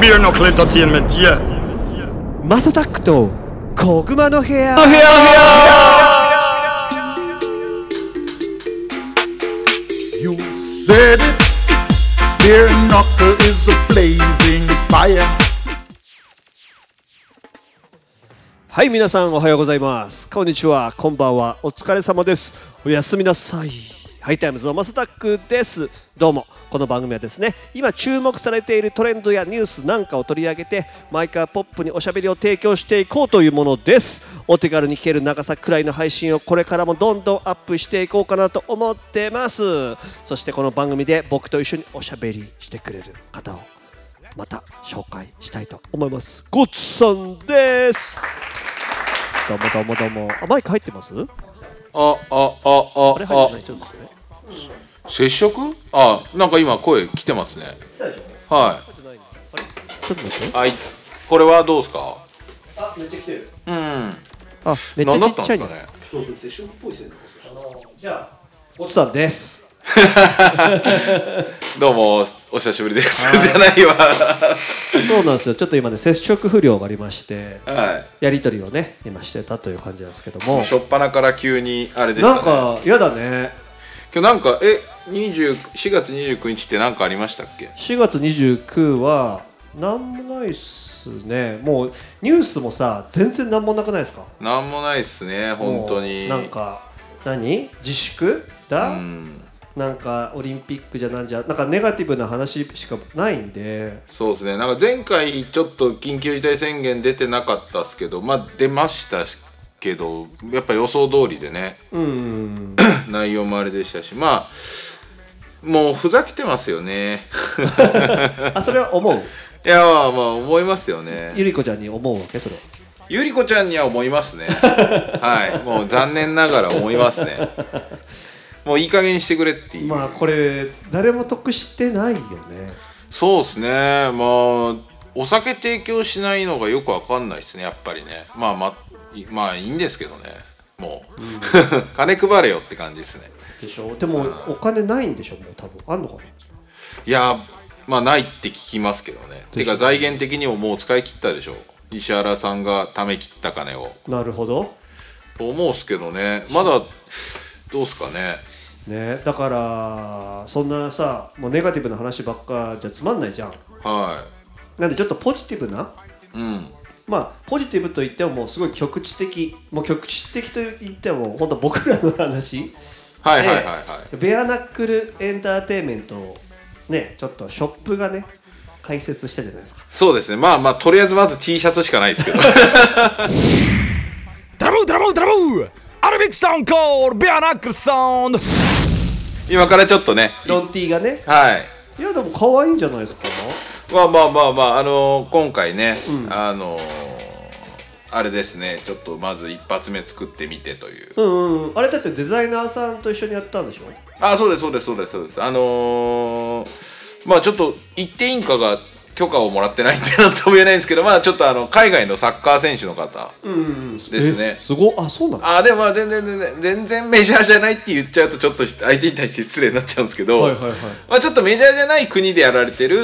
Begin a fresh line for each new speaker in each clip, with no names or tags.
ビルのクレタチンメディア
マサタックと小熊の部屋はい皆さんおはようございますこんにちはこんばんはお疲れ様ですおやすみなさいハイタイムズのマサタックですどうもこの番組はですね今注目されているトレンドやニュースなんかを取り上げて毎回ポップにおしゃべりを提供していこうというものですお手軽に聞ける長さくらいの配信をこれからもどんどんアップしていこうかなと思ってますそしてこの番組で僕と一緒におしゃべりしてくれる方をまた紹介したいと思いますごっつさんですどうもどうもどうも。あ、マイク入ってますあ
ああああ
れ入
あ
ってない、ちょっと待ってね。
接触あなんか今声来てますねは
ちょっと待って。
いあいこれはどうですか
あ、めっちゃ来てる。
うん
あ、めっち
何
ゃ
だ
ち
った
っ
ん
ちゃ
で
い
すか
ね
ね。
じゃあ、おつさんです。
どうもお久しぶりですじゃないわ
そうなんですよ。ちょっと今ね、接触不良がありまして、
は
やりとりをね、今してたという感じなんですけども
い。初っ端から急にあれでした
なん
ね
か、やだね。
今日なんかえ20 4月29日って何かありましたっけ
4月29は、なんもないっすね。もう、ニュースもさ、全然なんもなくないですか
なんもないっすね本当に
もうなんか、何自粛だ、
うん
なんかオリンピックじゃなんじゃなんかネガティブな話しかないんで
そうですねなんか前回ちょっと緊急事態宣言出てなかったっすけどまあ出ましたけどやっぱ予想通りでね
うん
内容もあれでしたしまあもうふざけてますよね
あそれは思う
いやまあまあ思いますよね
ゆりこちゃんに思うわけそれは
ゆりこちゃんには思いますねはいもう残念ながら思いますねもういい加減にしてくれっていう、
まあこれ誰も得してないよね
そうですねまあお酒提供しないのがよくわかんないですねやっぱりねまあまあいまあいいんですけどねもう、 金配れよって感じですね
でしょでもお金ないんでしょもう多分あんのかない
やまあないって聞きますけどねてか財源的にももう使い切ったでしょ石原さんがため切った金を
なるほど
と思うっすけどねまだどうっすかね
ねだからそんなさもうネガティブな話ばっかじゃつまんないじゃん
は
なんでちょっとポジティブない
うん
まあポジティブと言ってももうすごい局地的もう局地的と言っても本当僕らの話
はいはいはいはい、
ベアナックルエンターテインメントをねちょっとショップがね開設したじゃないですか
そうですねまあまあとりあえずまず T シャツしかないですけど
ドラムドラムドラムアルビックサウンドコールベアナックルサウンド
今からちょっとね
ロンティーがね
はい
いやでも可愛いんじゃないですか
まあまあまあまあ、あのー今回ね、あのーあれですねちょっとまず一発目作ってみてという
うんうんうんあれだってデザイナーさんと一緒にやったんでしょ
あそうですそうですそうですそうですあのーまあちょっと言っていいんかが許可をもらってないんでなんとも言えないんですけどまあちょっとあの海外のサッカー選手の方です
え
ね、
すごあそうなの
あーでもまあ全然全然全然メジャーじゃないって言っちゃうとちょっとし相手に対して失礼になっちゃうんですけど、
はいはいはい
まあ、ちょっとメジャーじゃない国でやられてる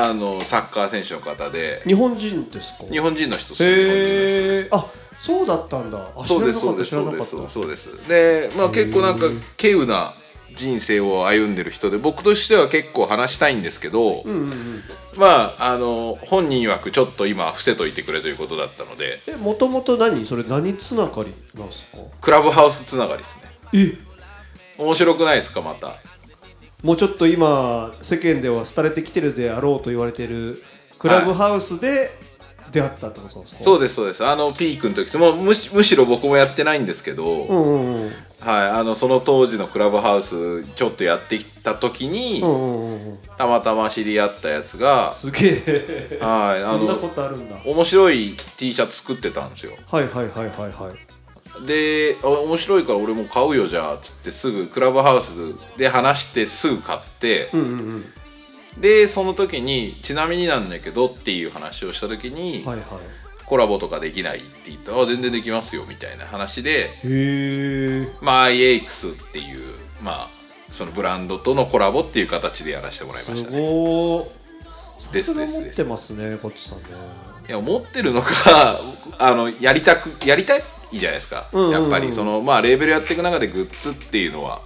あのサッカー選手の方で
日本人ですか
日本人の人です日本人の人
へ
で
え
す
あそうだったんだあ知
そう
ら
で
な
す
か
そう
った
で
知
す
ら
そ
なか
うで
っ
す
た
そうですでまあ結構なんか稀有な人生を歩んでる人で僕としては結構話したいんですけど、まああの本人曰くちょっと今伏せといてくれということだったので
えもともと何それ何つながりなんですか
クラブハウスつながりですね
え
面白くないですかまた
もうちょっと今世間では廃れてきてるであろうと言われてるクラブハウスで出会ったってことなんですか、
そうですそうですあのピークの時ですもうむしむしろ僕もやってないんですけど、
うんうんうん
はい、あのその当時のクラブハウスちょっとやってきた時に、
うんうんうんうん
たまたま知り合ったやつが、
すげえ
はい、あ
そんな
の
ことあるんだ
面白い T シャツ作ってたんですよ
はいはいはいはいはい
であ面白いから俺も買うよじゃあつってすぐクラブハウスで話してすぐ買って、
うんうんうん
でその時にちなみになんだけどっていう話をした時に、
はいは
コラボとかできないって言ったらあ全然できますよみたいな話で
いへえ
まあ IAX っていうまあそのブランドとのコラボっていう形でやらせてもらいまし
す
たね
ごー
です
それは
です
持
で
っ
す
てますねこっちさんね
いや持ってるのか あのやりたくやりたいじゃないですか、やっぱりそのまあレーベルやっていく中でグッズっていうのは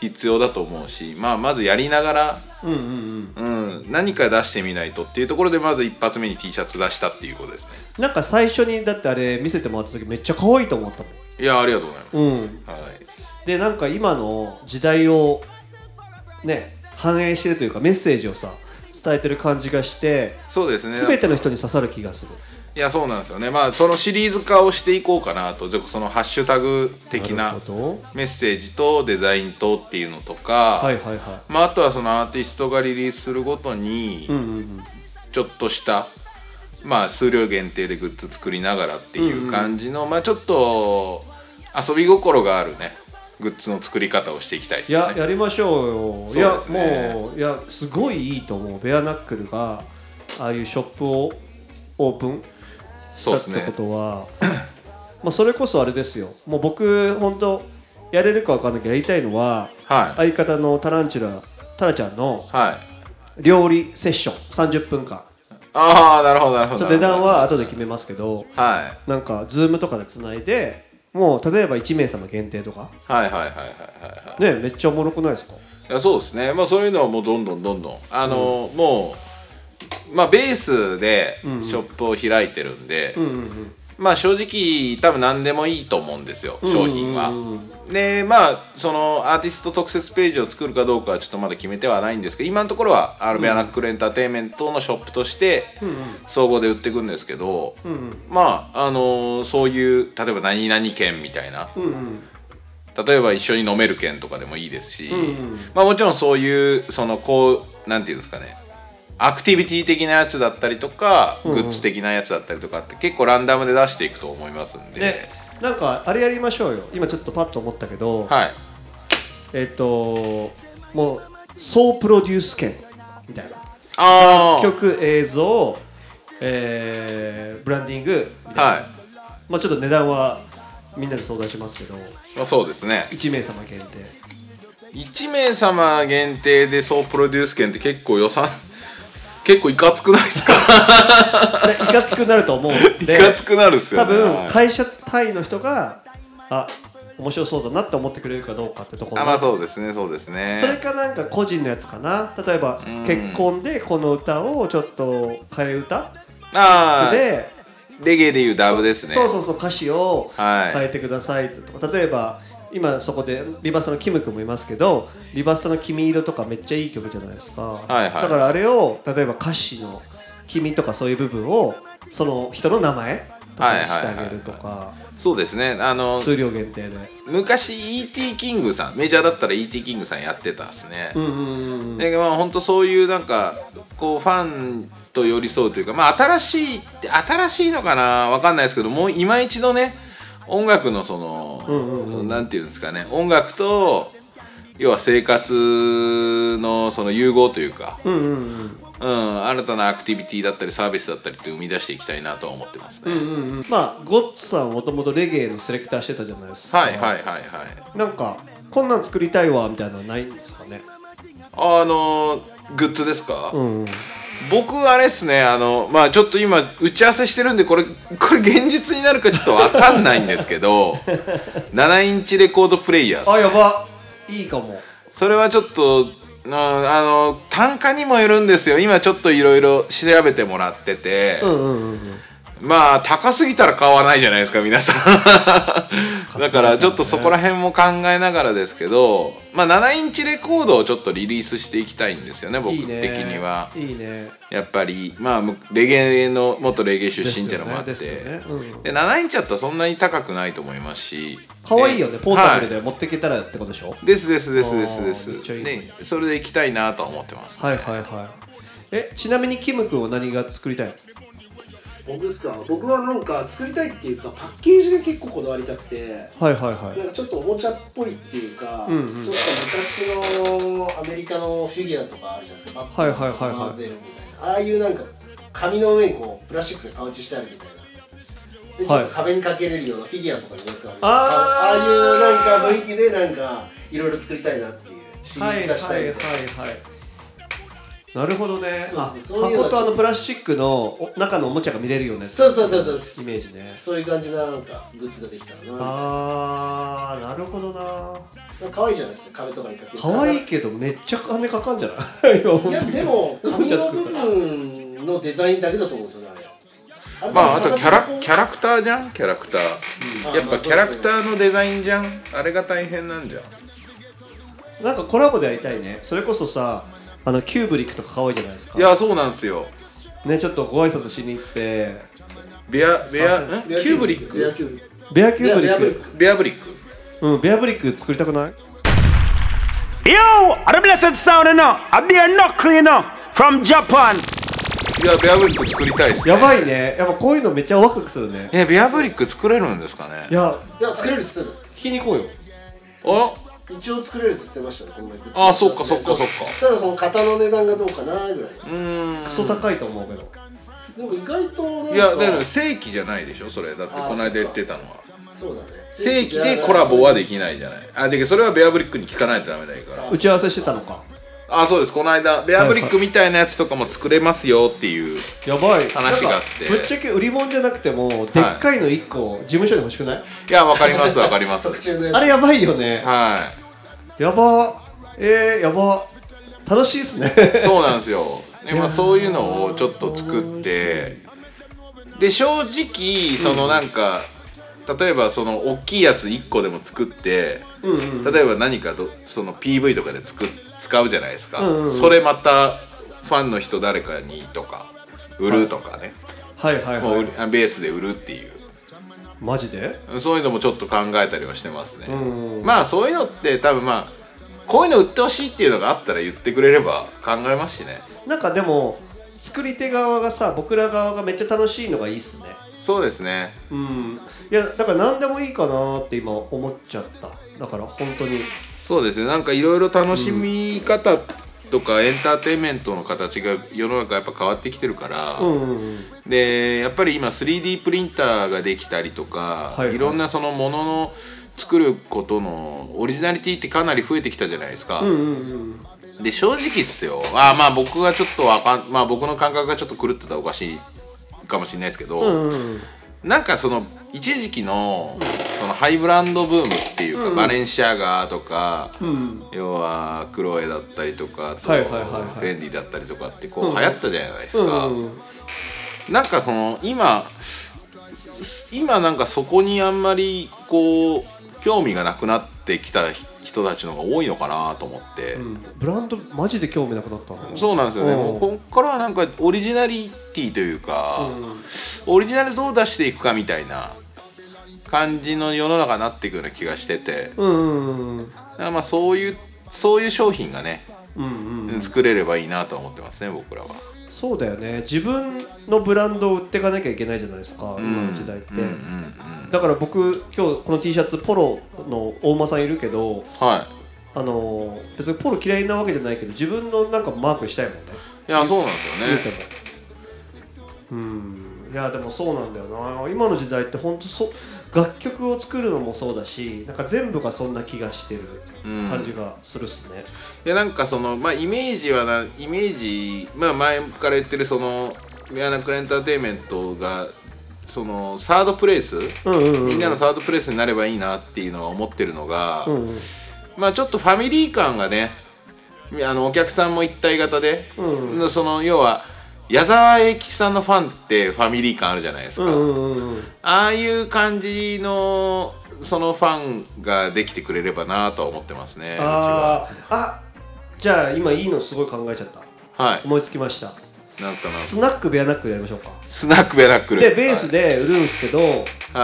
必要だと思うし、まあ、まずやりながら、うん何か出してみないとっていうところでまず一発目に T シャツ出したっていうことですね
なんか最初にだってあれ見せてもらった時めっちゃ可愛いと思ったも
いやありがとうございます、
んうん
はい、
でなんか今の時代をね反映してるというかメッセージをさ伝えてる感じがして
そうですね
全ての人に刺さる気がする
いやそうなんですよねまあそのシリーズ化をしていこうかなとでそのハッシュタグ的
な
な
るほど
メッセージとデザインとっていうのとか、
はいはいは
まあ、あとはそのアーティストがリリースするごとに、
いうんうんうん
ちょっとした、まあ、数量限定でグッズ作りながらっていう感じの、まあちょっと遊び心があるねグッズの作り方をしていきたいで
い
すよ
や
ね。
やりましょうよい
そう
や
ですね
もういやすごいいいと思うベアナックルがああいうショップをオープンし
そう
たっ
です
て
ね
ことは まあそれこそあれですよもう僕本当やれるかわかんないけどやりたいのは
はい、
相方のタランチュラタラちゃんの
はい、
料理セッション30分間
ああなるほどなるほ
ちょ
ど
っと値段
は
は後で決めますけど
はい
なんかズームとかでつないでもう例えば1名様限定とか
はいはいはいはいはいはい
ねめっちゃおもろくないですか
いやそうですねまあそういうのはもうどんどんどんどんあの、もうまあベースでショップを開いてるんで、まあ正直多分何でもいいと思うんですよ商品は。でまあそのアーティスト特設ページを作るかどうかはちょっとまだ決めてはないんですけど今のところはアルベアナックルエンターテインメントのショップとして総合で売っていくんですけど、まああのそういう例えば何々券みたいな。例えば一緒に飲める券とかでもいいですし、まあ、もちろんそういうそのこうなんていうんですかねアクティビティ的なやつだったりとか、グッズ的なやつだったりとかって結構ランダムで出していくと思いますんで、
ね、なんかあれやりましょうよ今ちょっとパッと思ったけど、
はい
えっ、ともう総プロデュース権みたいな
ああ
曲映像、えーブランディングみたいな、
は
まあ、ちょっと値段はみんなで相談しますけど
い、まあ、そうですね
1名様限定
1名様限定で総プロデュース券って結構予算 結構いかつくないですか
でいかつくなると思うん
い
で
かつくなるっすよ
多
ね
分
はい
会社単位の人があ面白そうだなって思ってくれるかどうかってところ
あまあそうですねそうですね
それかなんか個人のやつかな例えば
ん
結婚でこの歌をちょっと替え歌
ああ
で、
レゲエでいうダブですね
そうそうそう歌詞を
はい
変えてくださいとか、例えば今そこでリバースのキム君もいますけどリバースの「君色」とかめっちゃいい曲じゃないですか、
はいはい
だからあれを例えば歌詞の「君」とかそういう部分をその人の名前とかにしてあげるとか、
そうですねあの
数量限定で
昔 E.T. キングさんメジャーだったら E.T. キングさんやってたですね、
うんうんうんうん
でまあ本当そういうなんかこうファンと寄り添うというかまあ新しいって新しいのかなわかんないですけどもう今一度ね音楽のその、なんていうんですかね音楽と要は生活のその融合というか、うん新たなアクティビティだったりサービスだったりって生み出していきたいなとは思ってますね、
まあゴッツさんもともとレゲエのセレクターしてたじゃないですか
はいはいはいはい
なんかこんなん作りたいわみたいなのはないんですかね
あのグッズですか、
うんうん
僕あれっすねあのまあちょっと今打ち合わせしてるんでこれこ れ現実になるかちょっとわかんないんですけど 7インチレコードプレイヤー
あ
っ
やばいいかも
すそれはちょっとうんあの単価にもよるんですよ今ちょっといろいろ調べてもらってて、
うんうんうんうん
まあ高すぎたら買わないじゃないですか皆さ んだからちょっとそこら辺も考えながらですけどまあ7インチレコードをちょっとリリースしていきたいんですよね僕
いい
的
ね
には。
いいね
やっぱりまあむレゲエの元レゲエ出身ってのもあって
ですよねですよねうん
で7インチだったらそんなに高くないと思いますし
可愛いよねポータブルで
は
持っていけたらってことでしょ
いですですですですで
あーめっちゃい
す
い
ねそれで行きたいなとは思ってます、
はいはいはいえちなみにキム君は何が作りたいの
僕ですか僕はなんか作りたいっていうかパッケージが結構こだわりたくて
はいはいは
なん
い
かちょっとおもちゃっぽいっていうか、
んうん
ちょっと昔のアメリカのフィギュアとかあるじゃないですか
はいはいはいはい
バッベルみたいなああいうなんか紙の上にこうプラスチックでパウチしてあるみたいなでちょ
はい
っと壁にかけれるようなフィギュアとかによくある
あー
ああいうなんか雰囲気でなんかいろいろ作りたいなっていうシリーズ化したいみたいな、
はいなるほどね
そう
あ
そうそういうの
箱とあ
ちょっ
の
と
プラスチックのお中のおもちゃが見れるようなやつ
そうそうそうそうそ
イ
う
メージね
そういう感じななんかグッズができたらな
あーなるほどな
可愛いじゃないですか壁とかにかけて
可愛いけどめっちゃ金かかんじゃない
いやでも紙の部分のデザインだけだと思うんですよねあれ
まああとキャラキャ
ラ
ラクターじゃんキャラクター、
うん
やっぱキャラクターのデザインじゃんあれが大変なんじゃん
なんかコラボでやりたいねそれこそさあのキューブリックとか可愛いじゃないですか
いやそうなんですよ
ねちょっとご挨拶しに行って
ベアベアんキューブリッ
レア
ク
キューブリッ
ベアキューブ
ク
リ
レ
ッ
ア
ク
ブリック
ベアブリック
うんベアブリック作りたくない
Yo, I'm blessed sound now. I'm be a knuckle now from Japan.
いやベアブリック作りたいですね
やばいねやっぱこういうのめっちゃワクワクするね
えベアブリック作れるんですか
い
ね
や
いや作れるっつって
聞きに行こうよ
あ
た一応作れるっつってましたねこの前グッズ
あそっかそっかそっか
ただその型の値段がどうかなぐらい
クソ高いと思うけど
でも意外となんか
いやだから正規じゃないでしょそれだってこの間言ってたのは
そうだね
正規でコラボはできないじゃないあでそれはベアブリックに聞かないとダメだから
打ち合わせしてたのか
あそうですこの間ベアブリックみたいなやつとかも作れますよっていう
やばい
話があって
なんかぶっちゃけ売り物じゃなくてもでっかいの1個事務所に欲しくない、
いやわかりますわかり ます
特注の
あ
や
れやばいよね
は
やばえー、やば楽しいっすね
いそうなんですよで、まあ、そういうのをちょっと作ってで正直そのなんか、例えばその大きいやつ1個でも作って、例えば何かどその PV とかで作っ使うじゃないですか、それまたファンの人誰かにとか売るとかね、
はいはい
も
は
う
い
売りあベースで売るっていう
マジで
そういうのもちょっと考えたりはしてますね、
ん
まあそういうのって多分まあこういうの売ってほしいっていうのがあったら言ってくれれば考えますしね
なんかでも作り手側がさ僕ら側がめっちゃ楽しいのがいいっすね
そうですね
うんいやだから何でもいいかなって今思っちゃっただから本当に
そうですねなんかいろいろ楽しみ方とかエンターテインメントの形が世の中やっぱ変わってきてるから、でやっぱり今 3D プリンターができたりと
は
か、
い
い
はい
ろんなそのものの作ることのオリジナリティってかなり増えてきたじゃないですか。で正直っすよあーまあ僕がちょっとわかんまあ僕の感覚がちょっと狂ってたらおかしいかもしれないですけど、なんかその一時期のそのハイブランドブームっていうか、バレンシアガーとか、要はクロエだったりとかあとフ
はいはいはいはい
ェンディだったりとかってこう流行ったじゃないですか。なんかその今今なんかそこにあんまりこう興味がなくなってきた人たちの方が多いのかなと思って、
ブランドマジで興味なくなったの
そうなんですよね、
うん
もうこっからはなんかオリジナリティというか、オリジナルどう出していくかみたいな感じの世の中になっていくような気がしてて、
うんうんうん
だからまあそういうそういう商品がね、作れればいいなと思ってますね僕らは。
そうだよね自分のブランドを売っていかなきゃいけないじゃないですか、今の時代って、だから僕今日この T シャツポロの大間さんいるけど
は
あのー別にポロ嫌いなわけじゃないけど自分のなんかマークしたいもんね
い、いやそうなんです
言う
よ
て
ね
もうんいやでもそうなんだよな今の時代って本当そう楽曲を作るのもそうだしなんか全部がそんな気がしてる感じがするっすね、
いやなんかそのまあイメージはなイメージまあ前から言ってるそのミアナクルエンターテインメントがそのサードプレイス、
うんうんうん
みんなのサードプレイスになればいいなっていうのは思ってるのが、
うんうん
まあちょっとファミリー感がねあのお客さんも一体型で、その要は矢沢永吉さんのファンってファミリー感あるじゃないですか、
うんうんうん
ああいう感じのそのファンができてくれればなとは思ってますねうちは
あーあじゃあ今いいのすごい考えちゃった
は
思いつきました
いなんすかな
スナックベアナックルやりましょうか
スナックベナックル
でベースで売るんですけど、
は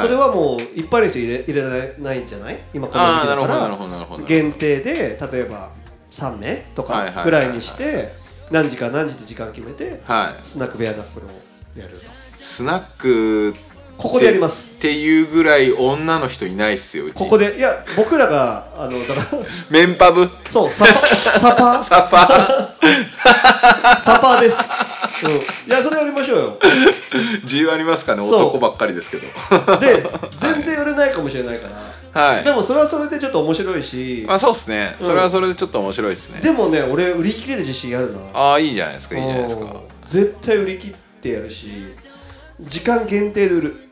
い
それはもう一般の人入れ入れられないんじゃない今この時期だ
あーな
か
るほどなるほどなるほ
ら
ど
限定で例えば3名と
はいはい
か
はい
ぐらいにして何時から何時って時間決めて、
はい、はい、
スナックベアナップルをやると
スナック
ここでやります
ってっていうぐらい女の人いないっすようち
ここでいや僕らがあのだから
メンパブ
そうサ パサパ
サッパ
サパです、うん、いやそれやりましょうよ
ー自由ありますかね
そう
男ばっかりですけど
で全然売れないかもしれないから
はい
でもそれはそれでちょっと面白いし、
まあそうですねそれはそれでちょっと面白いですね、
でもね俺売り切れる自信あるな
ああいいじゃないですかいいじゃないですか
うん絶対売り切ってやるし時間限定で売る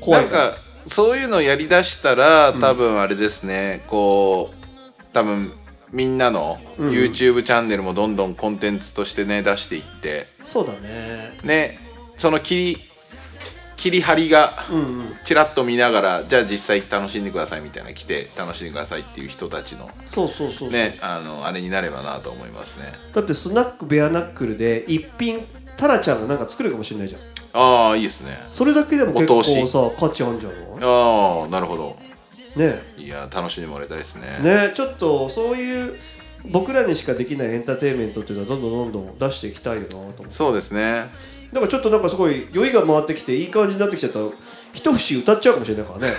怖
ないん
から
かそういうのやりだしたら多分あれですね、こう多分みんなの YouTube チャンネルもどんどんコンテンツとしてね出していって
そうだね
ねその切り切り張りがちらっと見ながらじゃあ実際楽しんでくださいみたいな来て楽しんでくださいっていう人たちの
そうそうそうそう、
ねあのあれになればなと思いますね
だってスナックベアナックルで一品タラちゃんがなんか作るかもしれないじゃん
ああいいですね
それだけでも結
お
構
通し
さ価値あるんじゃない
ああなるほど
ね
いや楽しんでもらいたいですね
ねちょっとそういう僕らにしかできないエンターテインメントっていうのはどんどんどんどん出していきたいよなと思って
そうですね
だからちょっとなんかすごい酔いが回ってきていい感じになってきちゃったら一節歌っちゃうかもしれないからね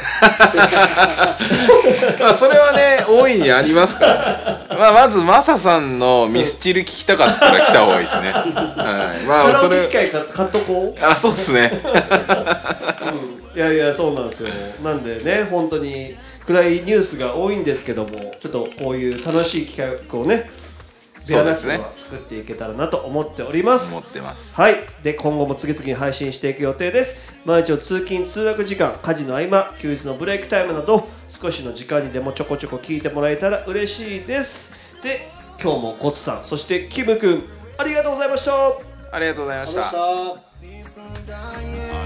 まあそれはね 大いにありますから、まあ、まずマサさんのミスチル聞きたかったら来た方がいいですね、はい、
カ
まあ
ラ
そ
オケ
れ
機械か買っとこ
あそうですね
ういやいやそうなんですよなんでね本当に暗いニュースが多いんですけどもちょっとこういう楽しい企画をねベ
そう
アナ
で
ッ
す
クル
ね
は作っていけたらなと思っております
思ってます
はい。で、今後も次々に配信していく予定です。毎日を通勤・通学時間、家事の合間、休日のブレイクタイムなど、少しの時間にでもちょこちょこ聞いてもらえたら嬉しいです。で、今日もゴツさん、そしてキムくん、ありがとうございました。
ありがとうございま
あ
し
りが
た
とうございました
People dying.